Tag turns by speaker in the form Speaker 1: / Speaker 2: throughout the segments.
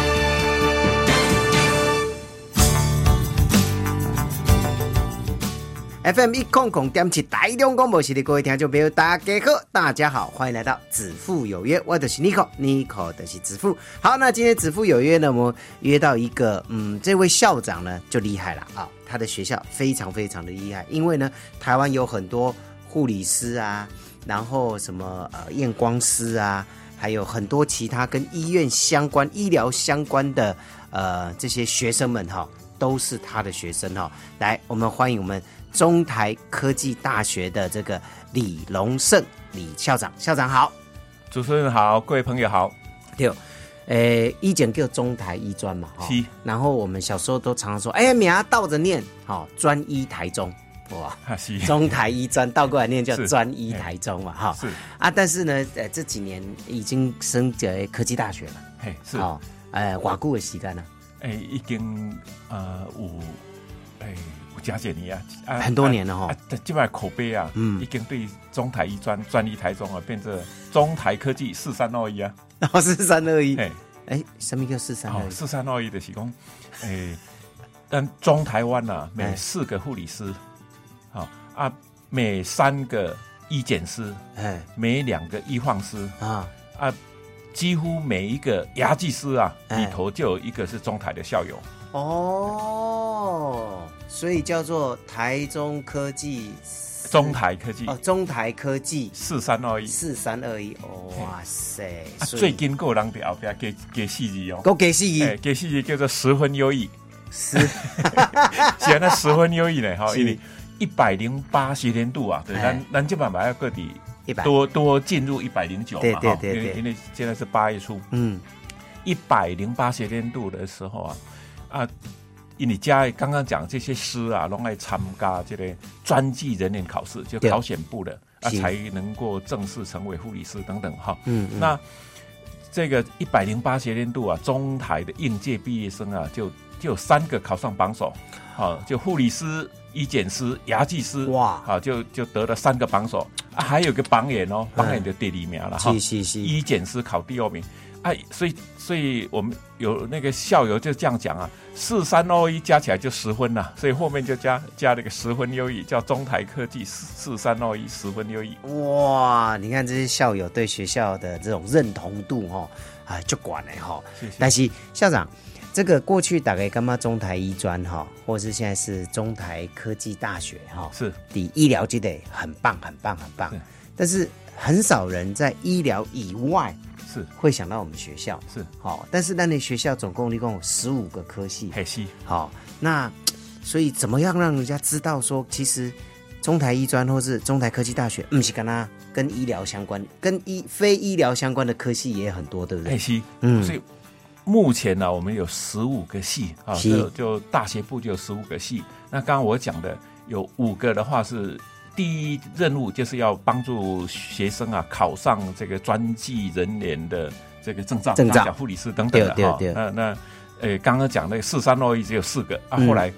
Speaker 1: FM 一空空点起台中广播系的各位听众朋友，大家好，大家好，欢迎来到子父有约，我的是 Nico，Nico 的是子父。好，那今天子父有约呢，我们约到一个，嗯，这位校长呢就厉害了啊、他的学校非常非常的厉害，因为呢，台湾有很多护理师啊，然后什么呃验光师啊，还有很多其他跟医院相关、医疗相关的呃这些学生们哈、都是他的学生哈、来，我们欢迎我们中台科技大学的这个李龙胜李校长，校长好。
Speaker 2: 主持人好，各位朋友好，
Speaker 1: 对，诶，以前叫中台医专嘛，哈
Speaker 2: 是。
Speaker 1: 然后我们小时候都常常说，哎、名字倒着念，好、专一台中， 哇，
Speaker 2: 哈西
Speaker 1: 中台医专倒过来念叫
Speaker 2: 是哎
Speaker 1: 专一台中嘛，哈。
Speaker 2: 是
Speaker 1: 啊，但是呢，呃，这几年已经升级为科技大学了，
Speaker 2: 嘿是，
Speaker 1: 哦，呃，瓦固的时间呢、
Speaker 2: 哎已经呃有哎有加解你啊，啊
Speaker 1: 很多年了吼
Speaker 2: 啊，今摆口碑啊，
Speaker 1: 嗯
Speaker 2: 已经对中台一专专一台中啊，变成中台科技四三二一啊，
Speaker 1: 然后哦四三二一，
Speaker 2: 嘿，哦
Speaker 1: 哎，什么叫四三
Speaker 2: 好
Speaker 1: 二一？
Speaker 2: 四三二一的是讲，哎，但中台湾啊，每
Speaker 1: 哎
Speaker 2: 四个护理师，好啊，每三个医检师，
Speaker 1: 哎，
Speaker 2: 每两个医患师
Speaker 1: 啊，
Speaker 2: 啊。几乎每一个牙技师啊，
Speaker 1: 哎
Speaker 2: 里头就有一个是中台的校友。
Speaker 1: 哦，所以叫做台中科技四
Speaker 2: 中台科技
Speaker 1: 哦，中台科技
Speaker 2: 四三二一，
Speaker 1: 四三二一，哦哇塞，
Speaker 2: 啊
Speaker 1: 所以
Speaker 2: 最近还有人在后边给给四字哦，
Speaker 1: 我给是一
Speaker 2: 哎，给四字叫做十分优异，
Speaker 1: 是
Speaker 2: 是啊，那十分优异呢，哈，
Speaker 1: 是
Speaker 2: 因为一百零八学年度啊，对，
Speaker 1: 哎
Speaker 2: 咱咱这慢慢要各地
Speaker 1: 一百，
Speaker 2: 多多进入一百零九
Speaker 1: 对
Speaker 2: 嘛，
Speaker 1: 对
Speaker 2: 哈，因
Speaker 1: 对
Speaker 2: 为
Speaker 1: 对
Speaker 2: 因为现在是八月初，
Speaker 1: 嗯，
Speaker 2: 一百零八学年度的时候啊，啊。因为家刚刚讲这些师啊，拢爱参加这个专技人员考试，就
Speaker 1: 对
Speaker 2: 考选部的啊，
Speaker 1: 是
Speaker 2: 才能够正式成为护理师等等哈。
Speaker 1: 嗯嗯
Speaker 2: 那这个一百零八学年度啊，中台的应届毕业生啊，就就有三个考上榜首，啊，就护理师、医检师、牙技师，
Speaker 1: 哇
Speaker 2: 啊，就就得了三个榜首啊，还有一个榜眼哦，榜眼就第二名了哈
Speaker 1: 哎是，是是，
Speaker 2: 医检师考第二名。哎、所以，所以我们有那个校友就这样讲啊，四三二一加起来就十分了，所以后面就加加了一个十分优异，叫中台科技四四三二一十分优异。
Speaker 1: 哇，你看这些校友对学校的这种认同度哈、哦，啊就管了哈、
Speaker 2: 谢谢
Speaker 1: 但是校长，这个过去大概干嘛中台医专哈，或者是现在是中台科技大学哈，
Speaker 2: 是
Speaker 1: 第医疗界得很棒很棒很棒
Speaker 2: 对，
Speaker 1: 但是很少人在医疗以外
Speaker 2: 是
Speaker 1: 会想到我们学校
Speaker 2: 是，
Speaker 1: 好，但是那你学校总共一共有十五个科系，
Speaker 2: 嘿西。
Speaker 1: 好，那所以怎么样让人家知道说，其实中台医专或是中台科技大学，嗯，是跟它跟医疗相关，跟医非医疗相关的科系也很多，对不
Speaker 2: 哎
Speaker 1: 对？
Speaker 2: 西，
Speaker 1: 嗯
Speaker 2: 所以目前呢、我们有十五个系啊，
Speaker 1: 是
Speaker 2: 就就大学部就有十五个系。那刚刚我讲的有五个的话是第一任务，就是要帮助学生啊考上这个专技人员的这个证照，
Speaker 1: 证照
Speaker 2: 大小护理师等等的
Speaker 1: 对
Speaker 2: 哈
Speaker 1: 对对。
Speaker 2: 那那呃，刚刚讲那个四三二一只有四个啊，
Speaker 1: 嗯
Speaker 2: 后来。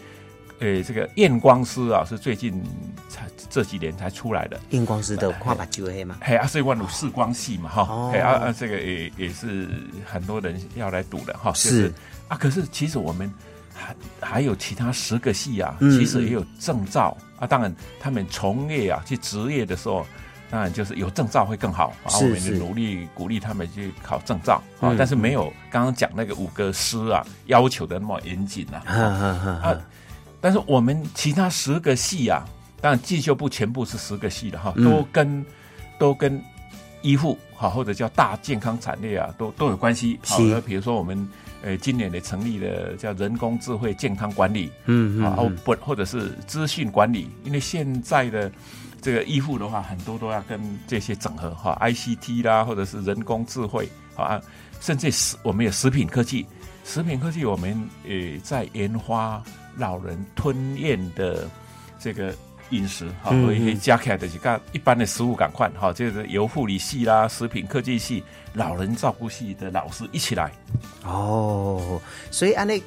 Speaker 2: 呃，这个验光师啊，是最近才这几年才出来的。
Speaker 1: 验光师的跨把就黑嘛，
Speaker 2: 嘿啊，所以万鲁视光系嘛，哈
Speaker 1: 哦，
Speaker 2: 嘿啊啊，这个也也是很多人要来读的哈，就是啊，可是其实我们还还有其他十个系啊，
Speaker 1: 嗯
Speaker 2: 其实也有证照啊，当然他们从业啊，去职业的时候。当然，就是有证照会更好，啊，
Speaker 1: 是
Speaker 2: 我们就是努力鼓励他们去考证照啊，
Speaker 1: 嗯
Speaker 2: 但是没有刚刚讲那个五个师啊要求的那么严谨啊。
Speaker 1: 哈哈哈
Speaker 2: 啊
Speaker 1: 哈，，
Speaker 2: 但是我们其他十个系啊，当然进修部全部是十个系的哈，
Speaker 1: 嗯
Speaker 2: 都跟、都跟医护哈或者叫大健康产业啊，都都有关系。好
Speaker 1: 是，
Speaker 2: 那比如说我们呃今年也成立了叫人工智慧健康管理，
Speaker 1: 嗯嗯
Speaker 2: 啊，哦不或者是资讯管理，因为现在的。这个医护的话，很多都要跟这些整合哈，ICT 啦，或者是人工智慧啊，甚至食我们有食品科技，食品科技我们呃在研发老人吞咽的这个饮食哈，
Speaker 1: 嗯
Speaker 2: 所以加起来的是跟一般的食物赶快哈，这个由护理系啦、食品科技系、老人照顾系的老师一起来，
Speaker 1: 哦，所以安内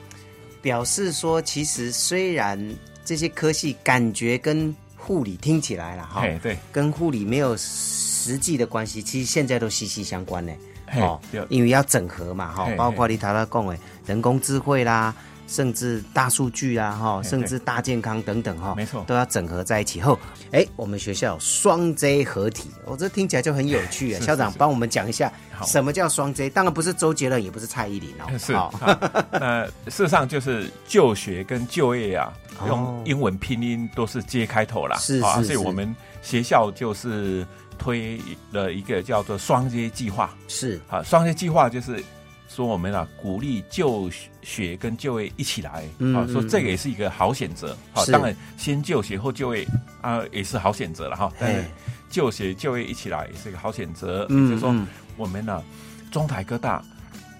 Speaker 1: 表示说，其实虽然这些科系感觉跟护理听起来了哈，
Speaker 2: 嘿，对，
Speaker 1: 跟护理没有实际的关系，其实现在都息息相关呢。
Speaker 2: 嘿对
Speaker 1: 哦因为要整合嘛，哈
Speaker 2: 嘿，
Speaker 1: 包括你头头讲的人工智慧啦，甚至大数据啦，哈，
Speaker 2: 嘿
Speaker 1: 甚至大健康等等，哈，
Speaker 2: 没错
Speaker 1: 都要整合在一起后，哎，我们学校有双 J 合体，哦，这听起来就很有趣啊。
Speaker 2: 是
Speaker 1: 校长
Speaker 2: 是是
Speaker 1: 帮我们讲一下
Speaker 2: 好
Speaker 1: 什么叫双 J，当然不是周杰伦，也不是蔡依林哦，
Speaker 2: 是
Speaker 1: 好
Speaker 2: 啊，那事实上就是就学跟就业啊，
Speaker 1: 哦
Speaker 2: 用英文拼音都是 J 开头啦，
Speaker 1: 是
Speaker 2: 好啊
Speaker 1: 是
Speaker 2: 所以
Speaker 1: 是
Speaker 2: 我们学校就是推了一个叫做双 J 计划，
Speaker 1: 是
Speaker 2: 好，双学啊计划就是说我们啊鼓励就学跟就业一起来，
Speaker 1: 嗯
Speaker 2: 啊，
Speaker 1: 嗯
Speaker 2: 说这个也是一个好选择。好，
Speaker 1: 是
Speaker 2: 当然先就学后就业啊也是好选择了哈。但是
Speaker 1: 嘿
Speaker 2: 就学就业一起来也是一个好选择。
Speaker 1: 嗯
Speaker 2: 也就是说
Speaker 1: 嗯
Speaker 2: 我们呢、啊中台科大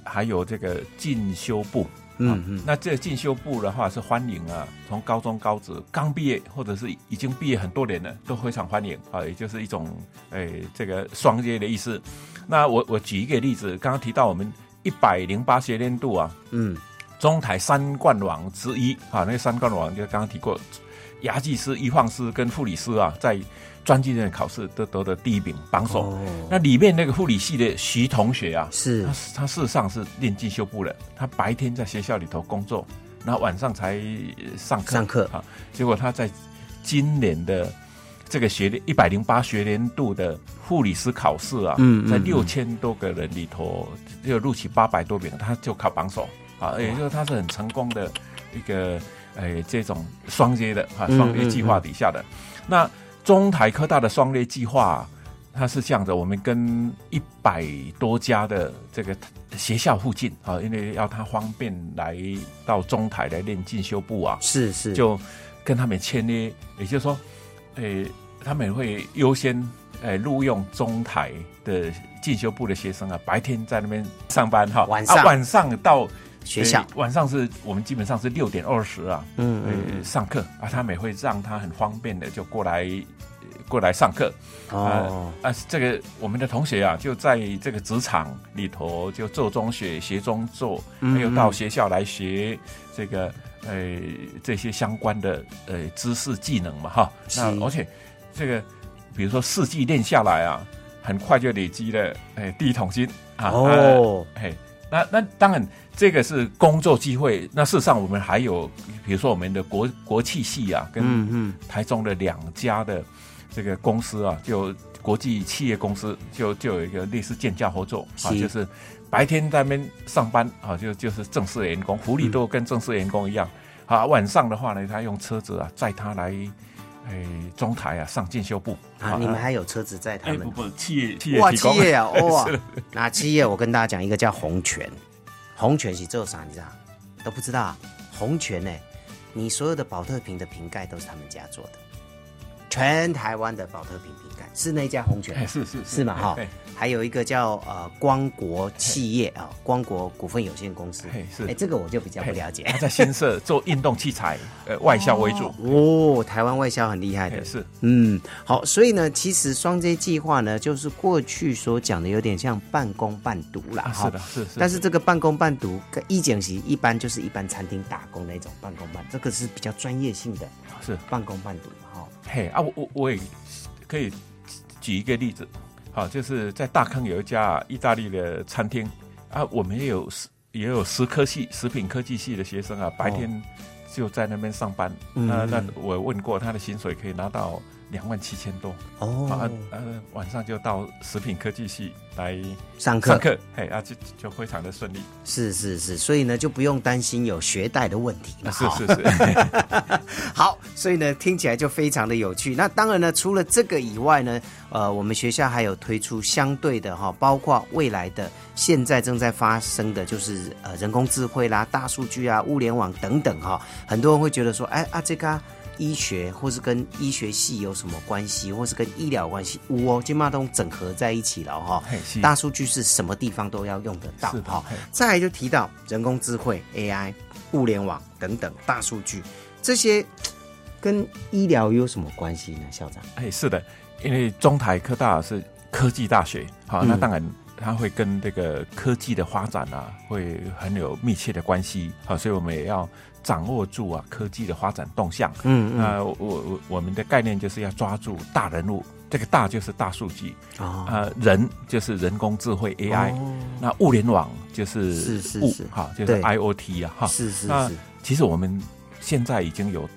Speaker 2: 还有这个进修部。
Speaker 1: 嗯
Speaker 2: 啊
Speaker 1: 嗯
Speaker 2: 那这个进修部的话是欢迎啊，从高中、高职刚毕业或者是已经毕业很多年了，都非常欢迎啊，也就是一种诶、这个双阶的意思。那我我举一个例子，刚刚提到我们一百零八学年度啊，
Speaker 1: 嗯，
Speaker 2: 中台三冠王之一啊，那个三冠王就刚刚提过，牙技师、医放师跟护理师啊，在专技的考试都得了第一名榜首。那里面那个护理系的徐同学啊，
Speaker 1: 是
Speaker 2: 他他事实上是练进修部的，他白天在学校里头工作，然后晚上才呃上课
Speaker 1: 上课
Speaker 2: 啊。结果他在今年的这个学年一百零八学年度的护理师考试啊，
Speaker 1: 嗯嗯
Speaker 2: 在
Speaker 1: 嗯
Speaker 2: 六千多个人里头，就录取八百多名，他就考榜首啊，也就是他是很成功的一个呃这种双阶的啊
Speaker 1: 嗯
Speaker 2: 双阶计划底下的。那中台科大的双类计划、啊它是这样的，我们跟一百多家的这个学校附近啊，因为要他方便来到中台来练进修部啊，
Speaker 1: 是是，
Speaker 2: 就跟他们签约，也就是说，诶、他们会优先诶、呃录用中台的进修部的学生啊，白天在那边上班哈，
Speaker 1: 晚上
Speaker 2: 啊、晚上到
Speaker 1: 学校
Speaker 2: 呃晚上是我们基本上是六点二十啊，
Speaker 1: 嗯嗯
Speaker 2: 呃，上课啊，他们也会让他很方便的就过来、呃过来上课。
Speaker 1: 哦，
Speaker 2: 啊，这个我们的同学啊，就在这个职场里头，就做中学、学中做，
Speaker 1: 嗯
Speaker 2: 还有到学校来学这个呃这些相关的呃知识技能嘛，哈。那
Speaker 1: 是
Speaker 2: 而且这个比如说四季练下来啊，很快就累积了哎第一桶金啊。
Speaker 1: 哦
Speaker 2: 啊嘿。那那当然，这个是工作机会。那事实上，我们还有，比如说我们的国国企系啊，跟
Speaker 1: 嗯嗯
Speaker 2: 台中的两家的这个公司啊，就国际企业公司就就有一个类似建教合作啊，
Speaker 1: 是
Speaker 2: 就是白天在那边上班啊，就就是正式的员工，福利都跟正式的员工一样、
Speaker 1: 嗯
Speaker 2: 啊。晚上的话呢，他用车子啊载他来。诶，中台啊，上进修部
Speaker 1: 啊，你们还有车子载他
Speaker 2: 哎
Speaker 1: 们
Speaker 2: 不不，企业企业
Speaker 1: 哇，
Speaker 2: 提
Speaker 1: 企
Speaker 2: 供
Speaker 1: 业啊， 哇，哪企业？我跟大家讲，一个叫红泉，红泉是做啥？你知道？都不知道啊？红泉呢、你所有的保特瓶的瓶盖都是他们家做的，全台湾的保特瓶瓶盖是那一家红泉、
Speaker 2: 哎是是
Speaker 1: 是嘛哈
Speaker 2: 哎，
Speaker 1: 还有一个叫呃光国企业啊、光国股份有限公司
Speaker 2: 哎，是
Speaker 1: 哎这个我就比较不了解
Speaker 2: 他在新社做运动器材，呃，外销为主，
Speaker 1: 哦，台湾外销很厉害
Speaker 2: 哎
Speaker 1: 的，
Speaker 2: 是
Speaker 1: 嗯，好，所以呢，其实双 J 计划呢，就是过去所讲的有点像半工半读啦，
Speaker 2: 啊
Speaker 1: 哈
Speaker 2: 是的是是，
Speaker 1: 但是这个半工半读，跟一讲席一般就是一般餐厅打工那种半工半，这个是比较专业性的
Speaker 2: 是
Speaker 1: 半工半读嘛哈。
Speaker 2: 嘿啊，我我我也可以举一个例子，好、就是在大坑有一家意大利的餐厅啊，我们也有食也有食科系、食品科技系的学生啊，白
Speaker 1: 哦
Speaker 2: 天就在那边上班，
Speaker 1: 嗯
Speaker 2: 那、那我问过他的薪水可以拿到两万七千多，啊
Speaker 1: 哦，
Speaker 2: 呃，晚上就到食品科技系来
Speaker 1: 上课
Speaker 2: 上课，嘿啊，就就非常的顺利，
Speaker 1: 是是是，所以呢就不用担心有学贷的问题嘛。
Speaker 2: 啊是
Speaker 1: 哈
Speaker 2: 是是，
Speaker 1: 好，所以呢，听起来就非常的有趣。那当然呢，除了这个以外呢，呃，我们学校还有推出相对的哈，包括未来的呃现在正在发生的就是呃人工智慧啦、大数据啊、物联网等等哈。很多人会觉得说，哎啊，这个啊医学或是跟医学系有什么关系，或是跟医疗关系，五哦，金马东整合在一起了哈
Speaker 2: 嘿是。
Speaker 1: 大数据是什么地方都要用得到
Speaker 2: 是的
Speaker 1: 哈
Speaker 2: 嘿。
Speaker 1: 再来就提到人工智慧、AI、物联网等等大数据这些。跟医疗有什么关系呢？校长，
Speaker 2: 哎，是的，因为中台科大是科技大学，好，那
Speaker 1: 嗯
Speaker 2: 当然它会跟这个科技的发展啊，会很有密切的关系，好，所以我们也要掌握住啊科技的发展动向。
Speaker 1: 嗯
Speaker 2: 那我我我我们的概念就是要抓住大人物，这个大就是大数据，
Speaker 1: 哦
Speaker 2: 啊，人就是人工智慧 AI，、那物联网就是
Speaker 1: 是是
Speaker 2: 物
Speaker 1: 是
Speaker 2: 哈，就是
Speaker 1: 对
Speaker 2: IOT 啊哈。
Speaker 1: 哦是是
Speaker 2: 那
Speaker 1: 是，
Speaker 2: 其实我们现在已经有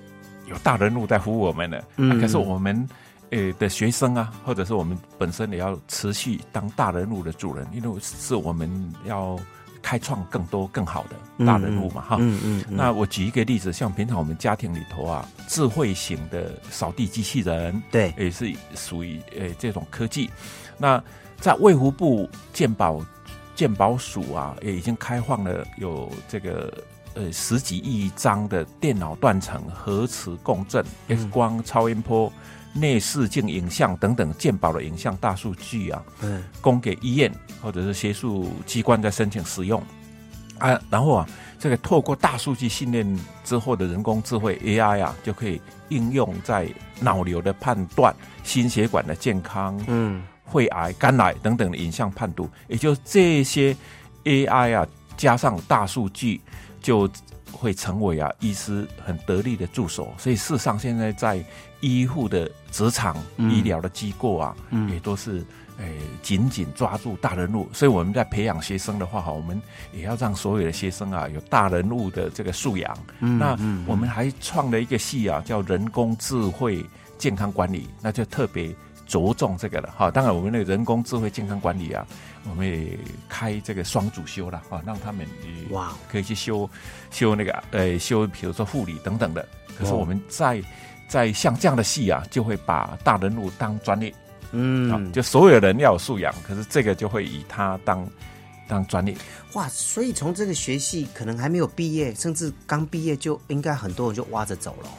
Speaker 2: 有大人物在服务我们了，
Speaker 1: 嗯
Speaker 2: 啊可是我们呃的学生啊，或者是我们本身也要持续当大人物的主人，因为是我们要开创更多更好的大人物嘛哈。
Speaker 1: 嗯嗯，嗯
Speaker 2: 那我举一个例子，像平常我们家庭里头啊，智慧型的扫地机器人，
Speaker 1: 对
Speaker 2: 也是属于呃这种科技。那在卫福部健保健保署啊，也已经开放了有这个呃十几亿张的电脑断层核磁共振、X 光、超音波、内视镜影像等等健保的影像大数据啊，
Speaker 1: 嗯
Speaker 2: 供给医院或者是学术机关在申请使用啊。然后啊，这个透过大数据训练之后的人工智慧 AI 啊，就可以应用在脑瘤的判断、心血管的健康、
Speaker 1: 嗯
Speaker 2: 肺癌、肝癌等等的影像判读，也就这些 AI 啊，加上大数据，就会成为啊医师很得力的助手。所以事实上，现在在医护的职场、医疗的机构啊，也都是。诶，紧紧抓住大人物，所以我们在培养学生的话，哈，我们也要让所有的学生啊有大人物的这个素养。那我们还创了一个系啊，叫人工智慧健康管理，那就特别着重这个了哈。当然，我们那个人工智慧健康管理啊，我们也开这个双主修了哈，让他们也
Speaker 1: 哇
Speaker 2: 可以去修修那个呃修，比如说护理等等的。可是
Speaker 1: 哦
Speaker 2: 我们在在像这样的系啊，就会把大人物当专业，啊
Speaker 1: 嗯，
Speaker 2: 就所有人要有素养，可是这个就会以他当当专业。
Speaker 1: 哇，所以从这个学系可能还没有毕业，甚至刚毕业就应该很多人就挖着走了，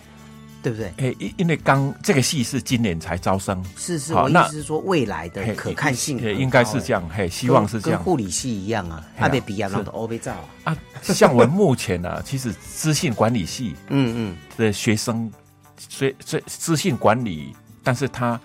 Speaker 1: 对不对？
Speaker 2: 诶，因因为刚这个系是今年才招生，
Speaker 1: 是是，
Speaker 2: 好
Speaker 1: 我意
Speaker 2: 那
Speaker 1: 思是说未来的
Speaker 2: 嘿
Speaker 1: 哎可看性
Speaker 2: 也
Speaker 1: 很
Speaker 2: 应该
Speaker 1: 高
Speaker 2: 是这，样，嘿，
Speaker 1: 哎
Speaker 2: 希望是这
Speaker 1: 跟
Speaker 2: 样
Speaker 1: 跟。护理系一样啊，
Speaker 2: 嘿啊
Speaker 1: 阿贝比亚那
Speaker 2: 是
Speaker 1: 的欧贝照啊，
Speaker 2: 啊，像我目前呢、啊其实资讯管理系
Speaker 1: 嗯
Speaker 2: 的学生，虽虽资讯管理，但是他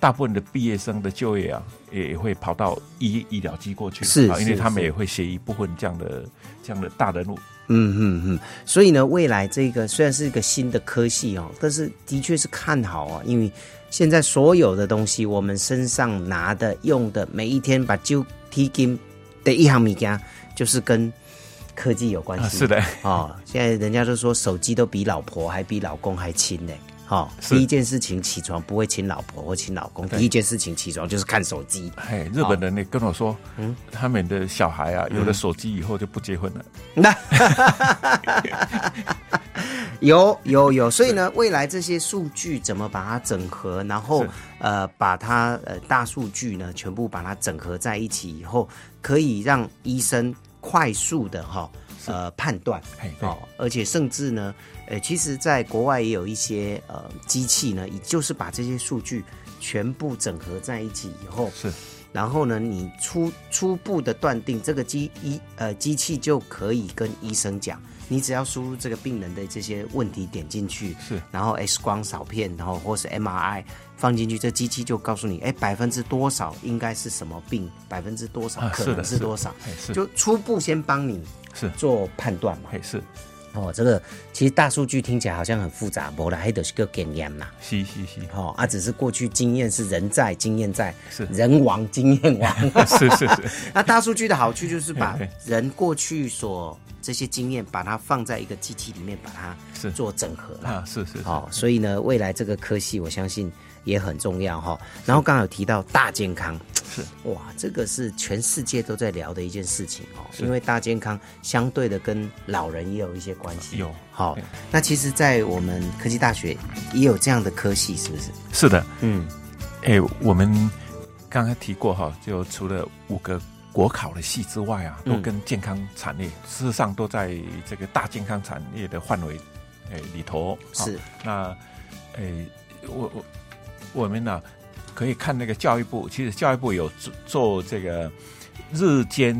Speaker 2: 大部分的毕业生的就业啊，也也会跑到医医疗机构去，
Speaker 1: 是
Speaker 2: 啊，因为
Speaker 1: 是
Speaker 2: 他们
Speaker 1: 是
Speaker 2: 也会学一部分这样的这样的大人物。
Speaker 1: 嗯嗯嗯嗯，所以呢，未来这个虽然是一个新的科系哦，但是的确是看好啊，因为现在所有的东西，我们身上拿的、用的，每一天把就提金的一行物件，就是跟科技有关系、
Speaker 2: 啊，是的，
Speaker 1: 哦，现在人家都说手机都比老婆还比老公还亲呢。哦，
Speaker 2: 是
Speaker 1: 第一件事情起床不会亲老婆或亲老公，
Speaker 2: 对
Speaker 1: 第一件事情起床就是看手机。
Speaker 2: 嘿，日本人呢跟我说，他们的小孩啊，有了手机以后就不结婚了。
Speaker 1: 那 有有有，所以呢，未来这些数据怎么把它整合，然后
Speaker 2: 是
Speaker 1: 呃，把它呃大数据呢全部把它整合在一起以后，可以让医生快速的哈、呃判断
Speaker 2: 嘿，对
Speaker 1: 哦，而且甚至呢，呃，其实在国外也有一些呃机器呢，也就是把这些数据全部整合在一起以后，
Speaker 2: 是
Speaker 1: 然后呢，你初初步的断定这个机医呃机器就可以跟医生讲，你只要输入这个病人的这些问题点进去，
Speaker 2: 是
Speaker 1: 然后 X 光扫片，然后或是 MRI 放进去，这机器就告诉你，哎，百分之多少应该是什么病，百分之多少
Speaker 2: 啊，
Speaker 1: 可
Speaker 2: 是
Speaker 1: 能
Speaker 2: 的，
Speaker 1: 是多少，
Speaker 2: 嘿是
Speaker 1: 就初步先帮你
Speaker 2: 是，
Speaker 1: 做判断嘛。
Speaker 2: 嘿是，
Speaker 1: 哦，这个其实大数据听起来好像很复杂，不啦，还得是个经验啦。
Speaker 2: 嘻嘻嘻，
Speaker 1: 哦，啊，只是过去经验是人在，经验在，
Speaker 2: 是
Speaker 1: 人亡，经验亡。
Speaker 2: 是是是，
Speaker 1: 那大数据的好处就是把
Speaker 2: 嘿嘿
Speaker 1: 人过去所这些经验，把它放在一个机器里面，把它
Speaker 2: 是
Speaker 1: 做整合啦。
Speaker 2: 啊是是是，
Speaker 1: 好、所以呢，未来这个科系我相信也很重要哈、然后刚刚有提到大健康，
Speaker 2: 是
Speaker 1: 哇，这个是全世界都在聊的一件事情哦，
Speaker 2: 是
Speaker 1: 因为大健康相对的跟老人也有一些关系。
Speaker 2: 有
Speaker 1: 好
Speaker 2: 对，
Speaker 1: 那其实，在我们科技大学也有这样的科系，是不是？
Speaker 2: 是的，
Speaker 1: 嗯，
Speaker 2: 哎、我们刚才提过哈，就除了五个国考的系之外啊，
Speaker 1: 嗯
Speaker 2: 都跟健康产业、事实上都在这个大健康产业的范围哎、里头。哈
Speaker 1: 是
Speaker 2: 那哎、我我我们呢、可以看那个教育部，其实教育部有做做这个日间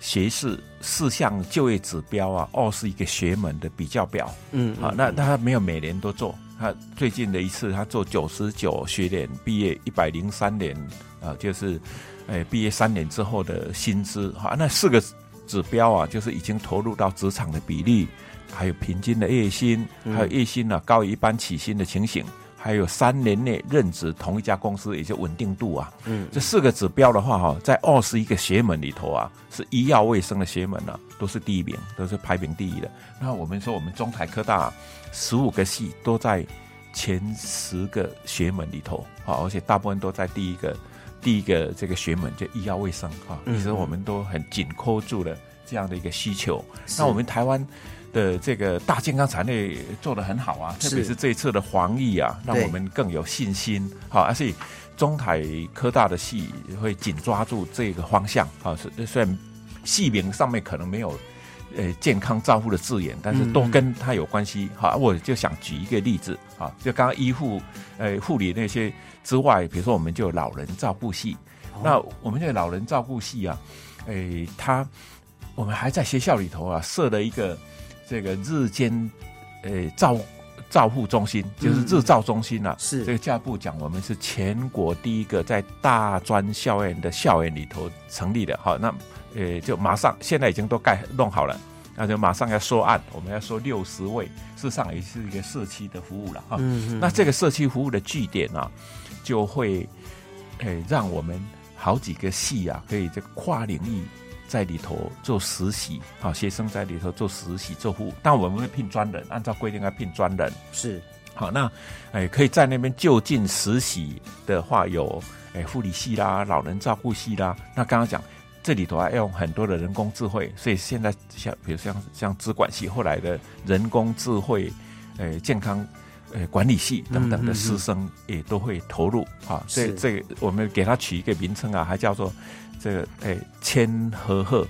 Speaker 2: 学士四项就业指标啊，二是一个学门的比较表。
Speaker 1: 嗯，
Speaker 2: 好，
Speaker 1: 嗯
Speaker 2: 那那他没有每年都做，他最近的一次，他做九十九学年毕业，一百零三年啊、就是，哎，毕业三年之后的薪资哈、那四个指标啊，就是已经投入到职场的比例，还有平均的月薪，
Speaker 1: 嗯
Speaker 2: 还有月薪呢、啊、高于一般起薪的情形，还有三年内任职同一家公司，也就稳定度啊。嗯，这四个指标的话哈、在二十一个学门里头啊，是医药卫生的学门啊，都是第一名，都是排名第一的。那我们说我们中台科大啊十、五个系都在前十个学门里头啊，而且大部分都在第一个第一个这个学门，就医药卫生啊，其实我们都很紧扣住了这样的一个需求。那我们台湾。的这个大健康产业做得很好啊，特别
Speaker 1: 是
Speaker 2: 是这一次的防疫啊，让
Speaker 1: 对
Speaker 2: 我们更有信心。好、而且中台科大的系会紧抓住这个方向啊，虽虽然系名上面可能没有呃健康照护的字眼，但是都跟它有关系。好、我就想举一个例子啊，就刚刚医护呃护理那些之外，比如说我们就有老人照顾系，那我们这个老人照顾系啊，诶、他我们还在学校里头啊设了一个这个日间呃照照护中心，就是日照中心啊。
Speaker 1: 是
Speaker 2: 这个教育部讲，我们是全国第一个在大专校园的校园里头成立的。好，那呃就马上现在已经都盖弄好了。那就马上要收案，我们要收六十位，事实上也是一个社区的服务了哈。那这个社区服务的据点啊，就会诶、让我们好几个系啊，可以这个跨领域在里头做实习啊，学生在里头做实习做服务，但我们会聘专人，按照规定要聘专人。
Speaker 1: 是
Speaker 2: 好，那诶、可以在那边就近实习的话，有诶护、理系啦、老人照顾系啦。那刚刚讲这里头还啊要用很多的人工智慧，所以现在像比如像像资管系后来的人工智慧，诶、健康诶、呃管理系等等的师生也都会投入啊。所以
Speaker 1: 嗯是
Speaker 2: 这个我们给它取一个名称啊，还叫做这个诶、千和鹤。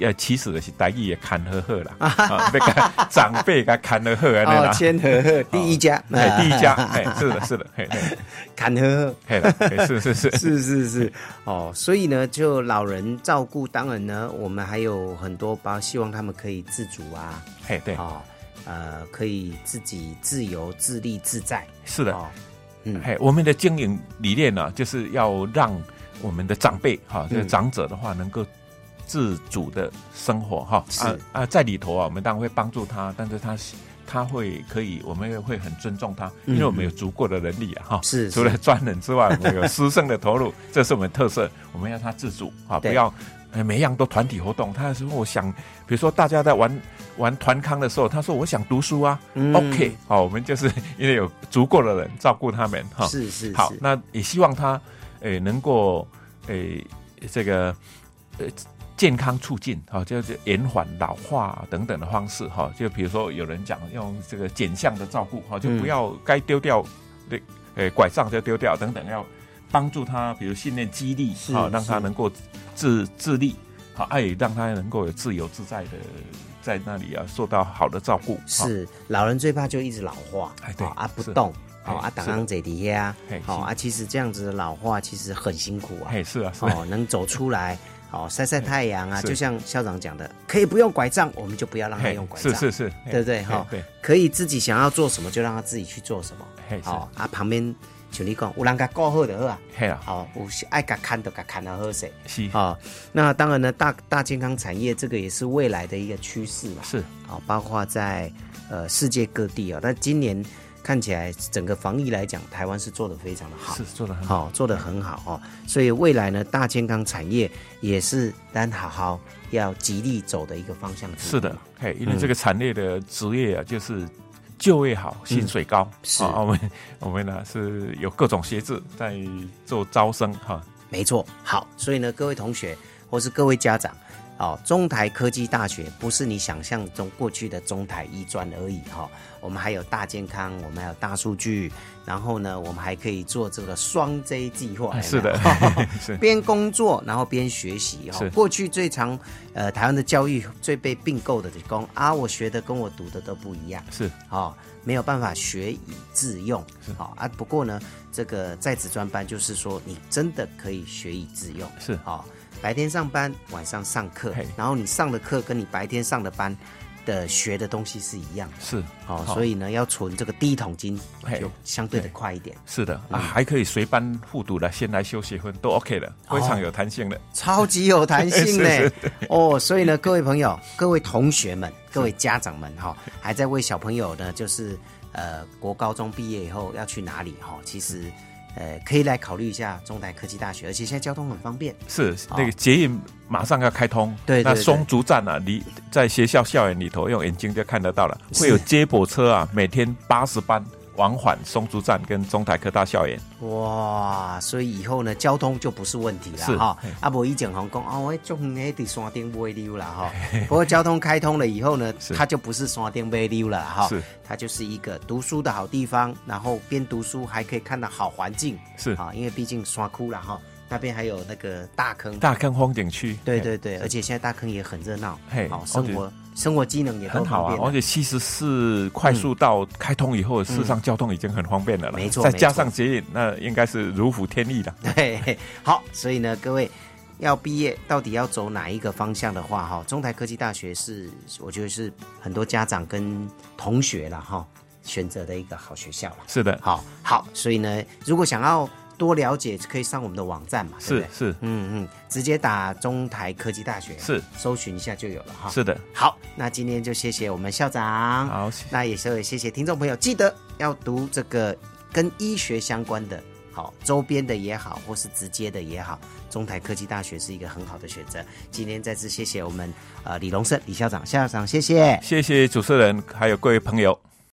Speaker 2: 呃，其实的是台语也看呵呵 啦，啊，那个长辈给看呵呵啊那
Speaker 1: 哦
Speaker 2: 啦，，
Speaker 1: 千和鹤第一家，
Speaker 2: 哎，第一 家，哎，是的，是的，嘿，嘿
Speaker 1: 坎和
Speaker 2: 嘿啦，哎是是是
Speaker 1: 鹤，是是是，哦，所以呢，就老人照顾，当然呢，我们还有很多包，希望他们可以自主啊，
Speaker 2: 嘿，对，
Speaker 1: 哦，呃，可以自己自由、自立、自在，
Speaker 2: 是的，
Speaker 1: 哦，嗯
Speaker 2: 嘿，我们的经营理念呢，就是要让我们的长辈哈，
Speaker 1: 嗯
Speaker 2: 这个长者的话能够自主的生活哈，啊
Speaker 1: 是
Speaker 2: 啊，在里头啊，我们当然会帮助他，但是他是他会可以，我们也会很尊重他，因为我们有足够的能力啊哈，
Speaker 1: 嗯是
Speaker 2: 除了专人之外，我们有师生的投入， 这是我们特色。我们要他自主啊，不
Speaker 1: 对
Speaker 2: 要呃每样都团体活动。他说我想，比如说大家在玩玩团康的时候，他说我想读书啊、o
Speaker 1: 嗯
Speaker 2: k 好，我们就是 因为有足够的人照顾他们哈。
Speaker 1: 是是
Speaker 2: 好
Speaker 1: 是，，
Speaker 2: 那也希望他呃能够呃这个呃健康促进哈、就是延缓老化等等的方式哈、就比如说有人讲用这个减项的照顾哈、就
Speaker 1: 嗯
Speaker 2: 不要该丢掉的呃拐杖就丢掉等等，要帮助他，比如训练肌力
Speaker 1: 是
Speaker 2: 哈、让他
Speaker 1: 是
Speaker 2: 能够自自立好，哎、让他能够有自由自在的在那里啊受到好的照顾哈
Speaker 1: 是老人最怕就一直老化
Speaker 2: 哎，对
Speaker 1: 哦啊不
Speaker 2: 是
Speaker 1: 动，
Speaker 2: 哎
Speaker 1: 哦啊挡
Speaker 2: 是的
Speaker 1: 昂嘴底下，
Speaker 2: 哎
Speaker 1: 哦
Speaker 2: 是
Speaker 1: 啊，其实这样子的老化其实很辛苦啊，
Speaker 2: 哎是啊是啊
Speaker 1: 哦，能走出来， 哦，晒晒太阳啊，
Speaker 2: 是
Speaker 1: 就像校长讲的，可以不用拐杖，我们就不要让他
Speaker 2: 嘿
Speaker 1: 用拐杖，
Speaker 2: 是是是，嘿
Speaker 1: 对不对？
Speaker 2: 嘿
Speaker 1: 哈，
Speaker 2: 对，
Speaker 1: 可以自己想要做什么就让他自己去做什么
Speaker 2: 嘿，是
Speaker 1: 哦啊，旁边像你讲，有人给顾好就好啊，
Speaker 2: 嘿嗯啦，
Speaker 1: 好，有爱给看就给看到好势。
Speaker 2: 是
Speaker 1: 好、那当然呢，大大健康产业这个也是未来的一个趋势嘛。
Speaker 2: 是。
Speaker 1: 好，包括在呃世界各地哦。但今年看起来整个防疫来讲，台湾是做得非常的好，
Speaker 2: 是做的很好，
Speaker 1: 好、做得很好哦。所以未来呢，大健康产业也是咱好好要极力走的一个方向之一。
Speaker 2: 是的，嘿，因为
Speaker 1: 嗯
Speaker 2: 这个产业的职业啊，就是就业好，薪水高，
Speaker 1: 嗯是
Speaker 2: 啊，我们我们呢是有各种学制在做招生哈、
Speaker 1: 没错。好，所以呢，各位同学或是各位家长，哦，中台科技大学不是你想象中过去的中台医专而已哈、哦，我们还有大健康，我们还有大数据，然后呢，我们还可以做这个双 J 计划。有没有
Speaker 2: 是的 是
Speaker 1: 边工作然后边学习哈、
Speaker 2: 是
Speaker 1: 哦。过去最常呃台湾的教育最被并购的就是讲啊，我学的跟我读的都不一样。
Speaker 2: 是
Speaker 1: 哦，没有办法学以致用，好、啊。不过呢，这个在职专班就是说，你真的可以学以致用，
Speaker 2: 是
Speaker 1: 好、白天上班，晚上上课
Speaker 2: 嘿，
Speaker 1: 然后你上的课跟你白天上的班，的学的东西是一样的。
Speaker 2: 是
Speaker 1: 哦，
Speaker 2: 好
Speaker 1: 所以呢，要存这个第一桶金
Speaker 2: 嘿
Speaker 1: 就相对的快一点，
Speaker 2: 是的啊，还可以随班互读的，先来修学分都 OK 的，
Speaker 1: 哦
Speaker 2: 非常有弹性的。
Speaker 1: 超级有弹 性呢
Speaker 2: 哎是是。
Speaker 1: 哦，所以呢，各位朋友、各位同学们、各位家长们哈、还在为小朋友呢，就是呃，国高中毕业以后要去哪里哈、其实呃，可以来考虑一下中台科技大学，而且现在交通很方便。
Speaker 2: 是
Speaker 1: 好
Speaker 2: 那个捷运马上要开通，
Speaker 1: 啊对对
Speaker 2: 那
Speaker 1: 对
Speaker 2: 松竹站啊，离在学校校园里头用眼睛就看得到了，
Speaker 1: 是
Speaker 2: 会有接驳车啊，每天八十班往返松竹站跟中台科大校园。
Speaker 1: 哇，所以以后呢，交通就不是问题了
Speaker 2: 是
Speaker 1: 哈
Speaker 2: 嘿。
Speaker 1: 啊，无以前红讲啊，我种远的伫山顶买溜啦 哈。不过交通开通了以后呢，
Speaker 2: 是
Speaker 1: 它就不是山顶买溜了哈
Speaker 2: 是，
Speaker 1: 它就是一个读书的好地方，然后边读书还可以看到好环境，
Speaker 2: 是
Speaker 1: 啊，因为毕竟山窟了哈，那边还有那个大坑，
Speaker 2: 大坑风景区，
Speaker 1: 对
Speaker 2: 嘿
Speaker 1: 对对，而且现在大坑也很热闹，
Speaker 2: 嘿
Speaker 1: 好
Speaker 2: 而且
Speaker 1: 生活生活机能也都
Speaker 2: 很好
Speaker 1: 方
Speaker 2: 啊，
Speaker 1: 便
Speaker 2: 而
Speaker 1: 了。
Speaker 2: 且七十四快速道开通以后，事实上交通已经很方便了啦，
Speaker 1: 没错
Speaker 2: 再
Speaker 1: 没
Speaker 2: 加
Speaker 1: 错
Speaker 2: 上捷运，那应该是如虎添翼了。
Speaker 1: 对，好，所以呢，各位要毕业到底要走哪一个方向的话，哈，中台科技大学是我觉得是很多家长跟同学了哈选择的一个好学校了。
Speaker 2: 是的，
Speaker 1: 好好，所以呢，如果想要多了解，可以上我们的网站嘛，对
Speaker 2: 是
Speaker 1: 不对？
Speaker 2: 是
Speaker 1: 嗯嗯，直接打中台科技大学，
Speaker 2: 是
Speaker 1: 搜寻一下就有了哈。
Speaker 2: 是的，
Speaker 1: 好，那今天就谢谢我们校长，
Speaker 2: 好谢
Speaker 1: 那也是谢谢听众朋友，记得要读这个跟医学相关的，好周边的也好，或是直接的也好，中台科技大学是一个很好的选择。今天再次谢谢我们呃李龙胜李校长，校长谢谢。
Speaker 2: 谢谢主持人还有各位朋友。